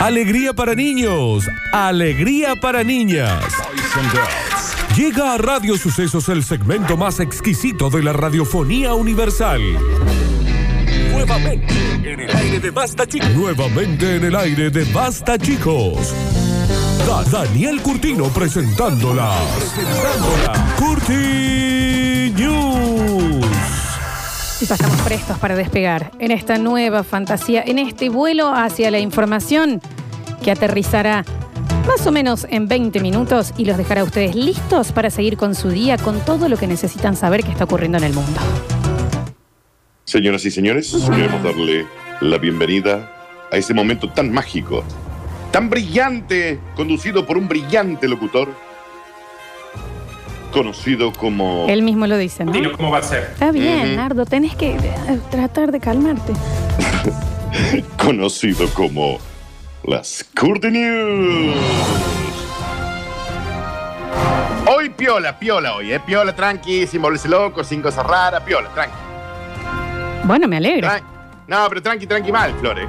Alegría para niños, alegría para niñas. Llega a Radio Sucesos el segmento más exquisito de la radiofonía universal. Nuevamente en el aire de Basta Chicos. Nuevamente en el aire de Basta Chicos. Da- Daniel Curtino presentándola. Presentándola. Curti News. Y ya estamos prestos para despegar en esta nueva fantasía, en este vuelo hacia la información que aterrizará más o menos en 20 minutos y los dejará a ustedes listos para seguir con su día, con todo lo que necesitan saber que está ocurriendo en el mundo. Señoras y señores, queremos darle la bienvenida a este ese momento tan mágico, tan brillante, conducido por un brillante locutor, conocido como... Él mismo lo dice, ¿no? Dino, ¿cómo va a ser? Está bien, Ujú. Nardo, tenés que eh, tratar de calmarte. Conocido como las Curti News. Hoy piola, piola hoy, eh. Piola, tranqui, sin volverse loco, sin cosas raras, piola, tranqui. Bueno, me alegro. tranqui. No, pero tranqui, tranqui mal, Flores.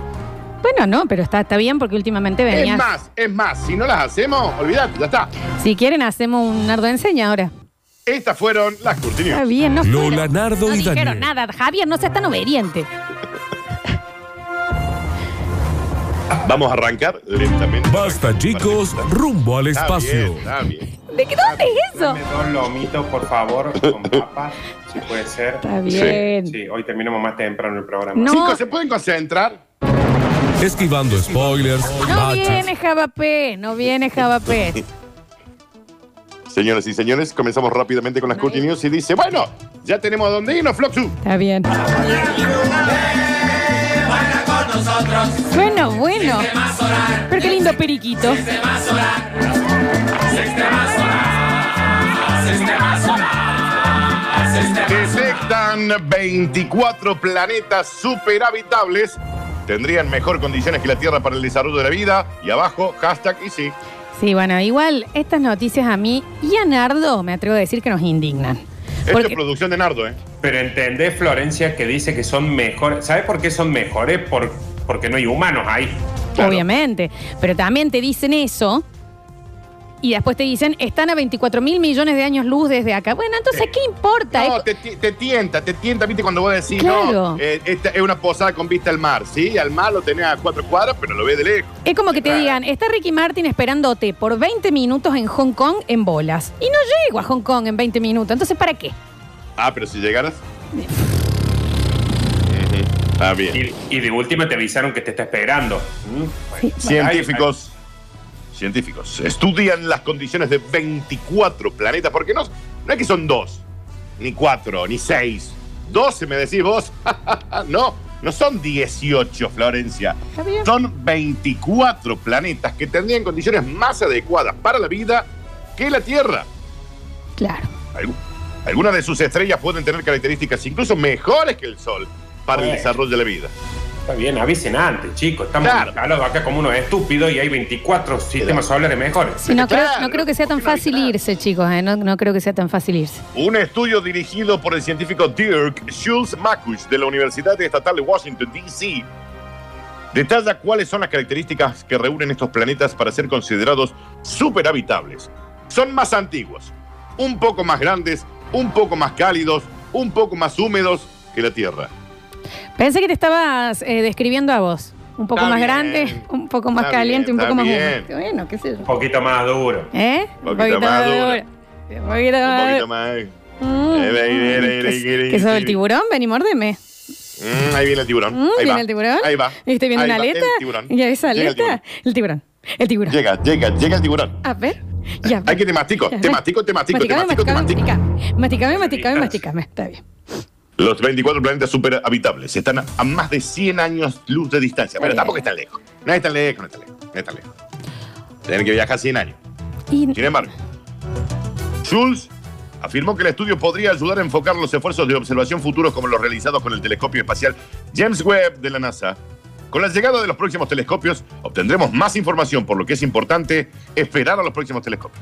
Bueno, no, pero está, está bien porque últimamente Es venías. más, es más, si no las hacemos, olvídate, ya está. Si quieren, hacemos un Nardo enseña ahora. Estas fueron las Curti News. Está bien, no fueron. Lola, Nardo No y Daniel. dijeron nada. Javier, no seas tan obediente. Vamos a arrancar lentamente. Basta chicos, rumbo al Está espacio. bien, está bien. ¿De qué dónde es eso? Dame dos lomitos, por favor, con papas, si puede ser. Está bien. Sí, hoy terminamos más temprano el programa. No, Chicos, ¿se pueden concentrar? Esquivando spoilers, no baches. viene Javapé, no viene Javapé. Señoras y señores, comenzamos rápidamente con las Curti News y dice, bueno, Bueno, ya tenemos a dónde irnos, Floxu. Está bien. Bueno, bueno. Pero qué lindo periquito. Detectan 24 planetas superhabitables. Tendrían mejor condiciones que la Tierra para el desarrollo de la vida. Y abajo, hashtag y sí. Sí, bueno, igual estas noticias a mí y a Nardo me atrevo a decir que nos indignan. Esto es Porque, producción de Nardo, ¿eh? Pero entendés, Florencia, que dice que son mejores. ¿Sabes por qué son mejores? Por, porque no hay humanos ahí. claro. obviamente, pero también te dicen eso y después te dicen, están a 24 mil millones de años luz desde acá. Bueno, entonces, ¿qué importa? No, Es- te, ti- te tienta, te tienta, viste, cuando vos decís, Claro. no, eh, esta es una posada con vista al mar, ¿sí? Al mar lo tenés a cuatro cuadras, pero lo ves de lejos. Ah, Es como que te digan, está Ricky Martin esperándote por 20 minutos en Hong Kong en bolas. Y no llego a Hong Kong en 20 minutos. Entonces, ¿para qué? Ah, pero si llegaras. Ujú, Está bien. Y, y de última te avisaron que te está esperando. Mm, Científicos. Científicos estudian las condiciones de 24 planetas, porque no, no es que son dos, ni cuatro, ni seis. 12 me decís vos. no, no son 18, Florencia. Está bien. Son 24 planetas que tendrían condiciones más adecuadas para la vida que la Tierra. Claro. Algu- Algunas de sus estrellas pueden tener características incluso mejores que el Sol para el Bueno. desarrollo de la vida. Está bien, avisen antes, chicos. Estamos Claro. hablando acá como unos estúpidos y hay 24 sistemas solares mejores. Sí, no, creo, Claro, no creo que sea tan ¿por qué no fácil avisar? irse, chicos. eh. No, no creo que sea tan fácil irse. Un estudio dirigido por el científico Dirk Schulz Makush de la Universidad Estatal de Washington, D.C., detalla cuáles son las características que reúnen estos planetas para ser considerados superhabitables. Son más antiguos, un poco más grandes, un poco más cálidos, un poco más húmedos que la Tierra. Pensé que te estabas eh, describiendo a vos. Un poco Está más bien. grande, un poco más Está caliente, un bien, poco más está húmedo. Bueno, qué sé yo. Un poquito más duro. ¿Eh? Un poquito más duro. duro. Un poquito Un más poquito duro. más. Mm, Eh, ve, ve, ve, mm, ve, que- ve, ve, Que sos ve, el ve. tiburón, ven y mordeme. Mm, ahí viene el tiburón. Mm, ahí viene va. el tiburón. Ahí va. Y estoy viendo Ahí una va, el aleta. tiburón. Y esa Llega el aleta. El tiburón. El tiburón. Llega, llega, llega el tiburón. A ver. Ya. Hay que te mastico, te mastico, te mastico, te mastico, te mastico. masticame. Masticame, masticame, masticame. Está bien. Los 24 planetas superhabitables están a- a más de 100 años luz de distancia. Pero Bien. tampoco están lejos. No están lejos, no están lejos. No están lejos. Tienen que viajar 100 años. Y Sin embargo, Schulz afirmó que el estudio podría ayudar a enfocar los esfuerzos de observación futuros como los realizados con el telescopio espacial James Webb de la NASA. Con la llegada de los próximos telescopios obtendremos más información, por lo que es importante esperar a los próximos telescopios.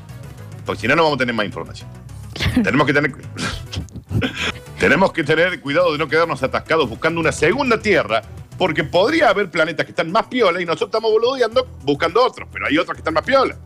Porque si no, no vamos a tener más información. Tenemos que tener, cu- Tenemos que tener cuidado de no quedarnos atascados buscando una segunda Tierra porque podría haber planetas que están más piola y nosotros estamos boludeando buscando otros, pero hay otros que están más piola.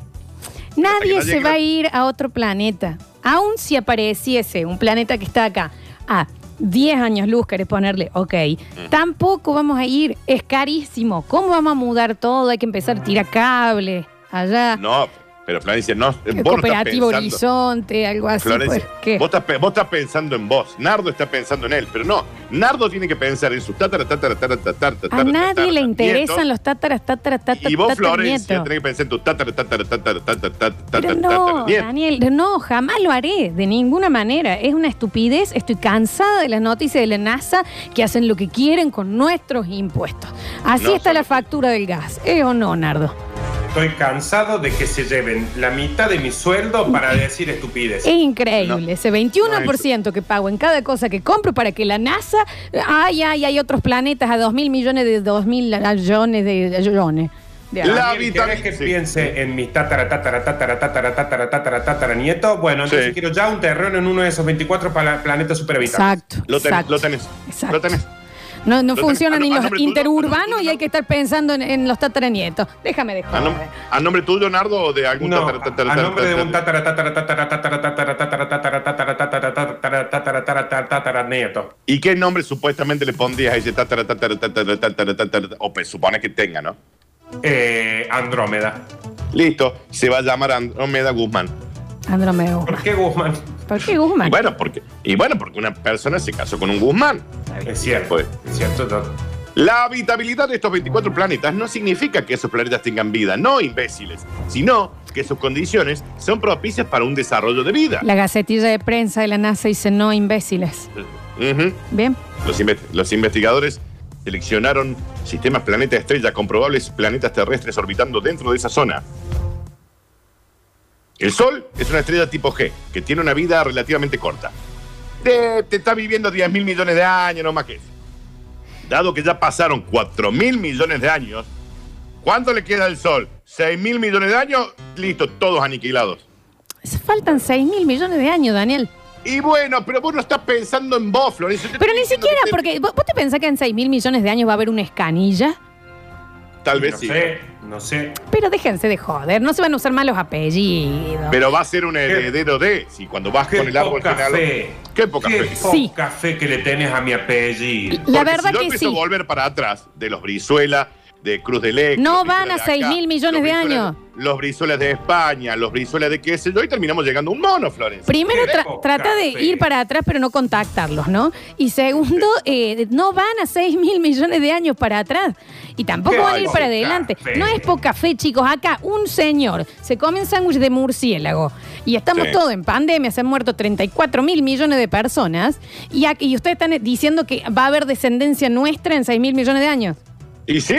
Nadie no se llegue- va a ir a otro planeta. Aún si apareciese un planeta que está acá a 10 años luz, querés ponerle, ok. Mm. Tampoco vamos a ir. Es carísimo. ¿Cómo vamos a mudar todo? Hay que empezar a tirar cables allá. No, pero Florencia, no. vos no El estás Cooperativo pensando. Horizonte, algo así. Florencia, pues, ¿qué? vos, estás, pe- vos estás pensando en vos. Nardo está pensando en él, pero no. Nardo tiene que pensar en sus tatara, tatara, tatara, tatara, A tatara, nadie tatara, le interesan nietos. los tátaras, tátaras, tátaras, Y vos, tátaras, Florencia, nietos. tenés que pensar en tus tatara, tatara, tatara, tatara, tatara, Pero tatara, no, tatara, nietos. Daniel, no, jamás lo haré, de ninguna manera. Es una estupidez, estoy cansada de las noticias de la NASA que hacen lo que quieren con nuestros impuestos. Así No, está son- la factura del gas, ¿eh o no, Nardo? Estoy cansado de que se lleven la mitad de mi sueldo para decir estupidez. Es increíble, No. ese 21% que pago en cada cosa que compro para que la NASA, ay, ay, hay otros planetas a 2 mil millones de 2 mil millones de millones. de La Daniel, ¿querés vitamina- que sí. piense en mis tatara, tatara, tatara, tatara, tatara, tatara, tatara, nieto? Bueno, entonces Sí. quiero ya un terreno en uno de esos 24 pala- planetas superhabitables. Exacto. Lo tenés, exacto. lo tenés. Exacto. Lo tenés. No, no Lo tenés. funcionan A ni no- a los nombre tuyo, a nombre interurbanos tuyo, y hay ¿no? que estar pensando en, en los tataranietos. Déjame de A, nom- joder. a nombre tuyo, Nardo, o de algún No, tatara, tatara, a nombre de tatara, un tatara, tatara, tatara, tatara, tatara, tatara, tatara, tatara, tatara, tatara, tatara, tatara, tatara, tatara, nieto. ¿Y qué nombre supuestamente le pondrías a ese tatara, tatara, tatara, tatara, tatara, tatara? O pues, supone que tenga, ¿no? Eh, Andrómeda. Listo, se va a llamar Andrómeda Guzmán. Andrómeda ¿Por Guzmán. qué Guzmán? ¿Por qué Guzmán? Y bueno, porque, y bueno, porque una persona se casó con un Guzmán. Es cierto, Pues. es cierto. yo- La habitabilidad de estos 24 planetas no significa que esos planetas tengan vida, no imbéciles, sino que sus condiciones son propicias para un desarrollo de vida. La gacetilla de prensa de la NASA dice no imbéciles. Ujú. Bien. Los, inve- los investigadores seleccionaron sistemas planeta estrella con probables planetas terrestres orbitando dentro de esa zona. El Sol es una estrella tipo G, que tiene una vida relativamente corta. Te, te está viviendo 10 mil millones de años, no más que eso. Dado que ya pasaron 4 mil millones de años, ¿cuánto le queda al Sol? ¿6 mil millones de años? Listo, todos aniquilados. Faltan 6 mil millones de años, Daniel. Y bueno, pero vos no estás pensando en vos, Florencia. Yo te Pero estoy ni diciendo siquiera, que te- porque ¿vos, vos te pensás que en 6 mil millones de años va a haber una escanilla? Tal vez No sí. sé, no sé. Pero déjense de joder, no se van a usar malos apellidos. Pero va a ser un heredero de, si cuando vas Qué con el árbol poca genealógico- fe. Qué poca Qué fe. Sí. poca fe que le tenés a mi apellido. la Porque verdad si yo que empiezo sí. a volver para atrás de los Brizuela, de Cruz del Eje. No los Brizuela van a de 6.000 acá, millones los de Brizuela- años. Los Brizuelas de España, los Brizuelas de qué sé yo, y terminamos llegando a un mono, Florencia. Primero, Qué tra- poca trata de fe. ir para atrás, pero no contactarlos, ¿no? Y segundo, eh, no van a 6 mil millones de años para atrás. Y tampoco Qué van a ir para poca adelante. fe. No es poca fe, chicos. Acá un señor se come un sándwich de murciélago y estamos Sí. todos en pandemia, se han muerto 34 mil millones de personas y, ac- y ustedes están diciendo que va a haber descendencia nuestra en 6 mil millones de años. Y sí,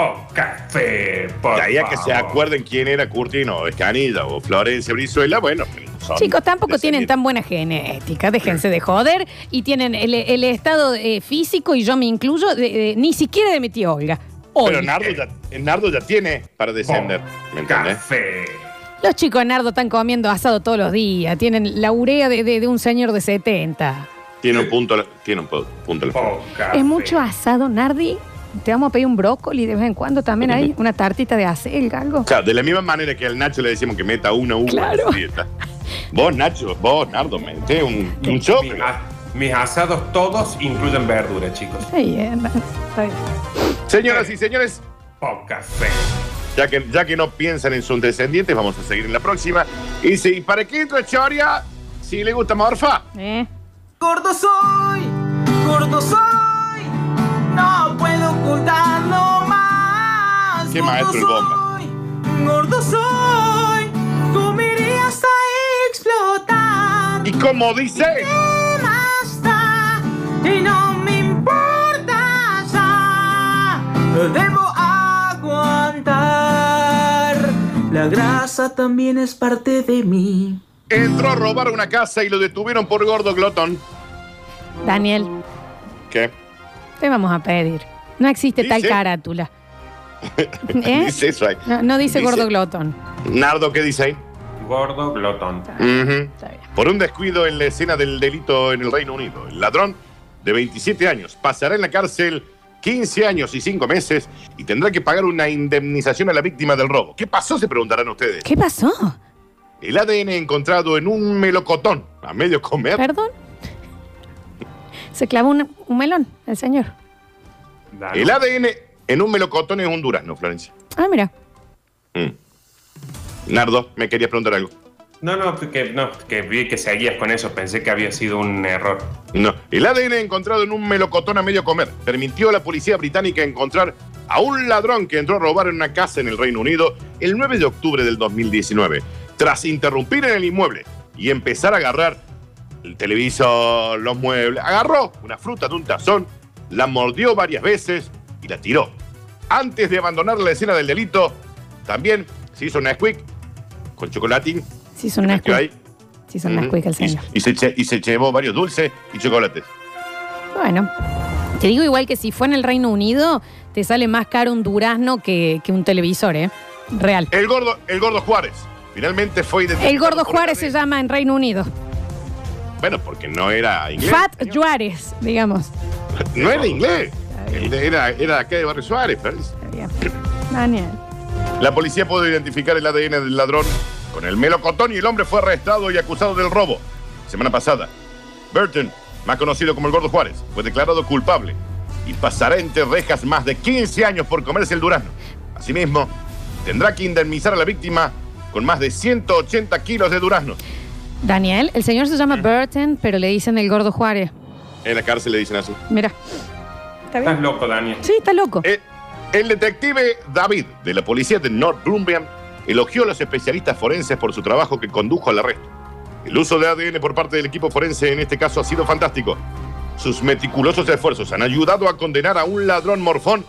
Poca fe, por de ahí a que se favor. acuerden quién era Curtino, o Escanilla o Florencia Brizuela, bueno. pero son Chicos, tampoco tienen descendientes. tan buena genética, déjense de joder. Y tienen el, el estado eh, físico, y yo me incluyo, de- de- ni siquiera de mi tía Olga. Hoy. Pero Nardo ya, Nardo ya tiene para Oh, descender. ¿Me Poca entendés? fe. Los chicos de Nardo están comiendo asado todos los días, tienen la urea de, de- de un señor de 70. Tiene un punto, tiene un po- punto. Ah, Poca Es fe. mucho asado, Nardi. Te vamos a pedir un brócoli de vez en cuando también hay una tartita de acelga, algo. Claro, de la misma manera que al Nacho le decimos que meta una uva Claro. en su dieta. Vos, Nacho, vos, Nardo, meté un, un Mis, choclo. a- mis asados todos incluyen verdura, chicos. Está bien, está bien. Señoras y señores, Poca fe. ya que, ya que no piensan en sus descendientes, vamos a seguir en la próxima. Y dice, ¿y para qué entra Choria si le gusta Morfa? Eh. Gordo soy, gordo soy, no puedo ocultarlo más. Qué Gordo maestro el Bomba. soy, Gordo soy, comería hasta explotar. Y como dice, Basta, y no me importa ya, debo aguantar. La grasa también es parte de mí. entró a robar una casa y lo detuvieron por gordo glotón. Daniel, ¿Qué? te vamos a pedir. No existe tal Dice- carátula. ¿Eh? Dice eso ahí. No, no dice, Dice- gordo glotón. Nardo, ¿qué dice ahí? Gordo glotón. Ujú. Está bien. Por un descuido en la escena del delito en el Reino Unido, el ladrón de 27 años pasará en la cárcel 15 años y 5 meses y tendrá que pagar una indemnización a la víctima del robo. ¿Qué pasó? Se preguntarán ustedes. ¿Qué pasó? El ADN encontrado en un melocotón a medio comer ¿Perdón? Se clavó un, un melón, el señor. Dano. El ADN en un melocotón es un durazno, Florencia. Mm. Ah, mira. Nardo, me querías preguntar algo. No, no, que, no, que vi que seguías con eso. Pensé que había sido un error. No. El ADN encontrado en un melocotón a medio comer permitió a la policía británica encontrar a un ladrón que entró a robar en una casa en el Reino Unido el 9 de octubre del 2019. Tras interrumpir en el inmueble y empezar a agarrar el televisor, los muebles, agarró una fruta de un tazón, la mordió varias veces y la tiró. Antes de abandonar la escena del delito, también se hizo una squeak con chocolatín Sí, son que hay. Nesquik. Sí, son Ujú. Nesquik el señor. Y, y se, che- y se llevó varios dulces y chocolates. Bueno. Te digo igual que si fue en el Reino Unido, te sale más caro un durazno que, que un televisor, ¿eh? Real. El gordo, el gordo Juárez. Finalmente fue identificado. El gordo por Juárez ADN. se llama en Reino Unido. Bueno, porque no era inglés. Fat señor. Juárez, digamos. No era inglés. Era, era acá de Barrio Suárez, Florencia. Está bien. Daniel. La policía pudo identificar el ADN del ladrón con el melocotón y el hombre fue arrestado y acusado del robo. Semana pasada, Burton, más conocido como el Gordo Juárez, fue declarado culpable y pasará entre rejas más de 15 años por comerse el durazno. Asimismo, tendrá que indemnizar a la víctima con más de 180 kilos de durazno. Daniel, el señor se llama Burton, pero le dicen el gordo Juárez. En la cárcel le dicen así. Mira. ¿Está Estás bien? loco, Daniel. Sí, está loco. Eh, El detective David de la policía de Northumberland elogió a los especialistas forenses por su trabajo que condujo al arresto. El uso de ADN por parte del equipo forense en este caso ha sido fantástico. Sus meticulosos esfuerzos han ayudado a condenar a un ladrón morfón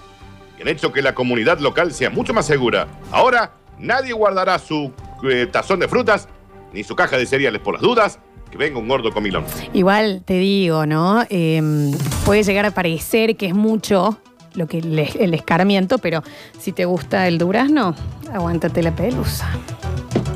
y han hecho que la comunidad local sea mucho más segura. Ahora nadie guardará su eh, tazón de frutas ni su caja de cereales por las dudas que venga un gordo comilón. Igual te digo, ¿no? Eh, puede llegar a parecer que es mucho lo que le- el escarmiento, pero si te gusta el durazno, aguántate la pelusa.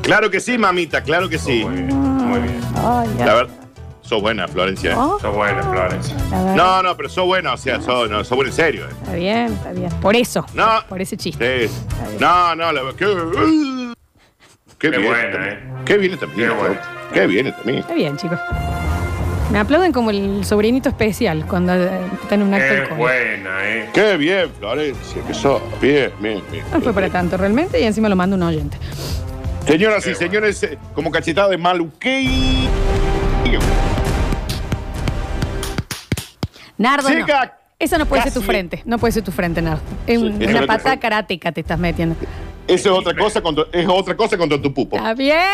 Claro que sí, mamita, claro que sí. Muy bien, muy bien. Ay, La verdad, sos buena, Florencia. Oh, Está bueno, Florencia. la verdad. No, no, pero sos bueno, o sea, sos, no, sos bueno en serio. eh. Está bien, está bien. Por eso. No. Por ese chiste. Sí. No, no, la qué, uh, qué, Qué bien. bueno, también. eh. Qué bien también. Qué bueno. Qué bien también. Está bien, chicos. Me aplauden como el sobrinito especial cuando eh, está en un acto Qué alcohólico. buena, eh. Qué bien, Florencia, que sos. Bien, bien, bien. No Ah, fue para tanto realmente y encima lo manda un oyente. Señoras Qué y bueno. señores, eh, como cachetada de maluquei. Nardo, no. Chica, Esa no puede ser tu casi- frente. No puede ser tu frente, Nardo. Es un- es una una patada frente. karateca te estás metiendo. Eso es otra cosa contra, es otra cosa contra tu pupo. Está bien,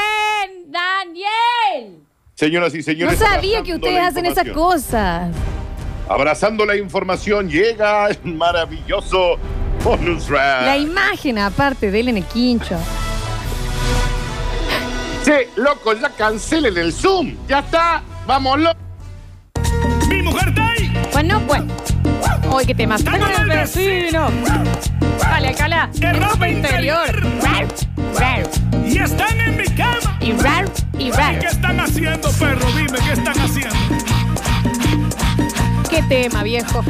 Daniel. Señoras y No señores. sabía abrazando que ustedes la hacen esas información. cosas. Abrazando la información llega el maravilloso bonus round. La imagen aparte de él en el quincho. Che, loco, ya cancelen el Zoom. Ya está. Vámonos. ¡Mi mujer Day! Bueno, pues. Hoy qué tema. Dame Dame el Valdés. vecino. Dale, cala. Es En ropa ropa interior. interior. Rar, rar, ¡Y están en mi cama! Y rar, y ¿Qué rar. están haciendo, perro? Dime, ¿qué están haciendo? Qué tema, viejo.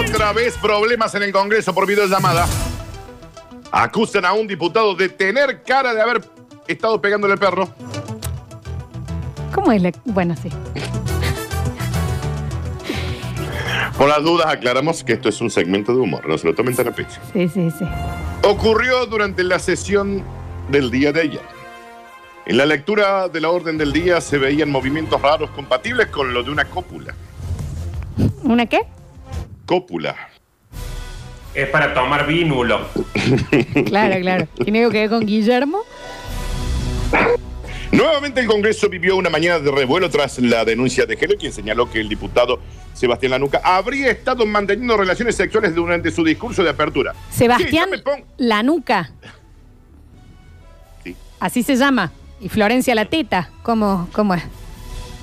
Otra vez problemas en el Congreso por videollamada. Acusan a un diputado de tener cara de haber estado pegándole al perro. ¿Cómo es la.? Bueno, sí. Por las dudas aclaramos que esto es un segmento de humor, no se lo tomen tan a pecho. Sí, sí, sí. Ocurrió durante la sesión del día de ayer. En la lectura de la orden del día se veían movimientos raros compatibles con lo de una cópula. ¿Una qué? Cópula. Es para tomar vínulo. Claro, claro. Tiene algo que ver con Guillermo. Nuevamente el Congreso vivió una mañana de revuelo tras la denuncia de Heller, quien señaló que el diputado Sebastián Lanuca habría estado manteniendo relaciones sexuales durante su discurso de apertura. Sebastián Sí, yo me pongo- La Nuca. Sí. Así se llama. Y Florencia La Teta. ¿Cómo, cómo es?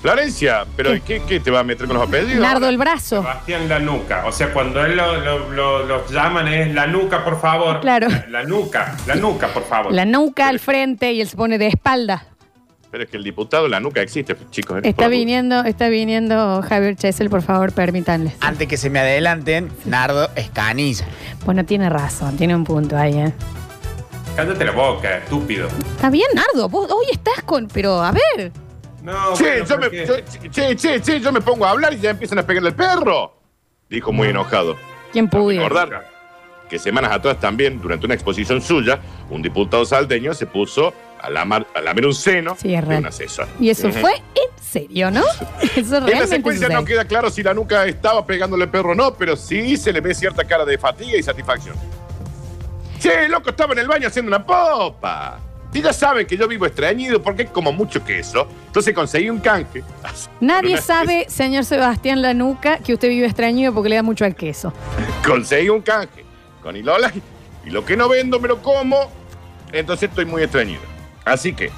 Florencia, pero ¿qué, qué te va a meter con los apellidos? Nardo el brazo. Sebastián la nuca. O sea, cuando él lo, lo- lo- los llaman es la nuca, por favor. Claro. La, la nuca, la nuca, por favor. La nuca al frente y él se pone de espalda. Pero es que el diputado la nuca existe, chicos. eh, por Está la duda. viniendo, está viniendo Javier Chesel, por favor, permítanles. Antes que se me adelanten, Nardo es canilla. Bueno, tiene razón, tiene un punto ahí, ¿eh? Cállate la boca, estúpido. Está bien, Nardo, vos hoy estás con. Pero a ver, No, Che, bueno, yo me, porque- yo- che, che, che, yo me pongo a hablar y ya empiezan a pegarle al perro. Dijo Mm. muy enojado. ¿quién pudiera? Recordar que semanas atrás también, durante una exposición suya, un diputado salteño se puso a lamar, a lamer un seno Sí, es de real. un asesor. Y eso Ujú. fue en serio, ¿no? Eso En la realmente secuencia sucede. no queda claro si la nuca estaba pegándole al perro o no, pero sí se le ve cierta cara de fatiga y satisfacción. Che, loco, estaba en el baño haciendo una popa. Y ya saben que yo vivo estreñido porque como mucho queso. Entonces conseguí un canje. Nadie Una- sabe, señor Sebastián Lanuca, que usted vive extrañido porque le da mucho al queso. Conseguí un canje con Ilola y lo que no vendo me lo como, entonces estoy muy extrañido. Así que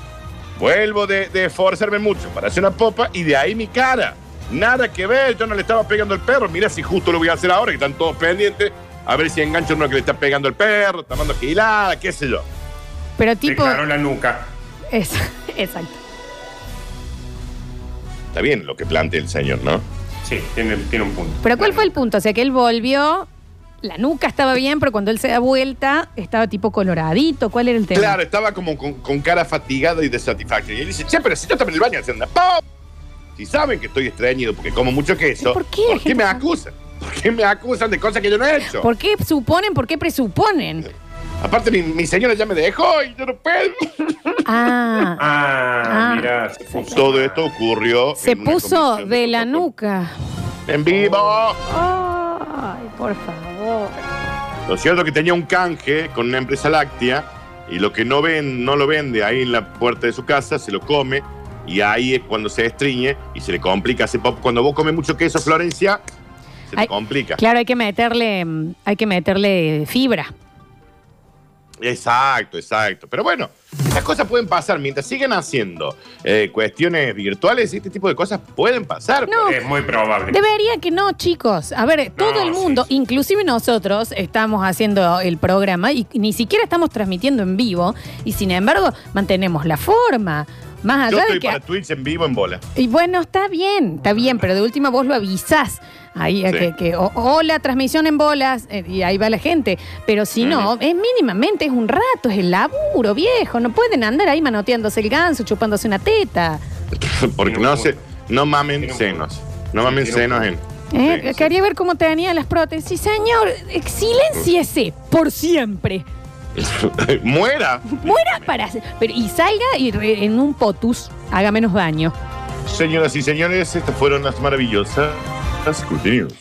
vuelvo de, de esforzarme mucho para hacer una popa y de ahí mi cara. Nada que ver, yo no le estaba pegando el perro. Mira si justo lo voy a hacer ahora, que están todos pendientes, a ver si engancho uno que le está pegando el perro, está mandando gilada, qué sé yo. Pero tipo. Declaró la nuca. Es- exacto. Está bien lo que plantea el señor, ¿no? Sí, tiene, tiene un punto. Pero ¿cuál fue el punto? O sea, que él volvió, la nuca estaba bien, pero cuando él se da vuelta, estaba tipo coloradito. ¿Cuál era el tema? Claro, estaba como con, con cara fatigada y de satisfacción. Y él dice, che, pero si yo estaba en el baño haciendo una pop. Si saben que estoy extrañido porque como mucho queso, ¿Por qué la gente me sabe? acusan? ¿Por qué me acusan de cosas que yo no he hecho? ¿Por qué suponen? ¿Por qué presuponen? Aparte, mi, mi señora ya me dejó y yo no puedo. Ah, Ah, Ah. mira, se puso. Todo esto ocurrió. se en una puso comisión de la protocolo. nuca. En vivo. Ay, por favor. Lo cierto es que tenía un canje con una empresa láctea y lo que no, ven, no lo vende ahí en la puerta de su casa se lo come y ahí es cuando se estriñe y se le complica. Hace pop. Cuando vos comes mucho queso, Florencia, se Ay, te complica. Claro, hay que meterle, mm, hay que meterle fibra. Exacto, exacto. Pero bueno, estas cosas pueden pasar. Mientras sigan haciendo eh, cuestiones virtuales, este tipo de cosas pueden pasar. No, Es muy probable. Debería que no, chicos. A ver, todo el sí, mundo, inclusive nosotros, estamos haciendo el programa y ni siquiera estamos transmitiendo en vivo. Y sin embargo, mantenemos la forma. Más Pues, allá Yo de estoy que. para Twitch en vivo en bola. Y bueno, está bien, está bien, pero de última vos lo avisás. Ahí, a Sí. que, que, o, o la transmisión en bolas, eh, y ahí va la gente. Pero si no, es mínimamente, es un rato, es el laburo, viejo. No pueden andar ahí manoteándose el ganso, chupándose una teta. Porque Tiene un no punto. se, no mamen Tiene un senos. No mamen Tiene un senos en. ¿Eh? Sí, sí. Quería ver cómo te venían las prótesis. Señor, silenciese por siempre. Muera. Muera para. Pero, y salga y re- en un potus haga menos daño. Señoras y señores, estas fueron las maravillosas Curti News.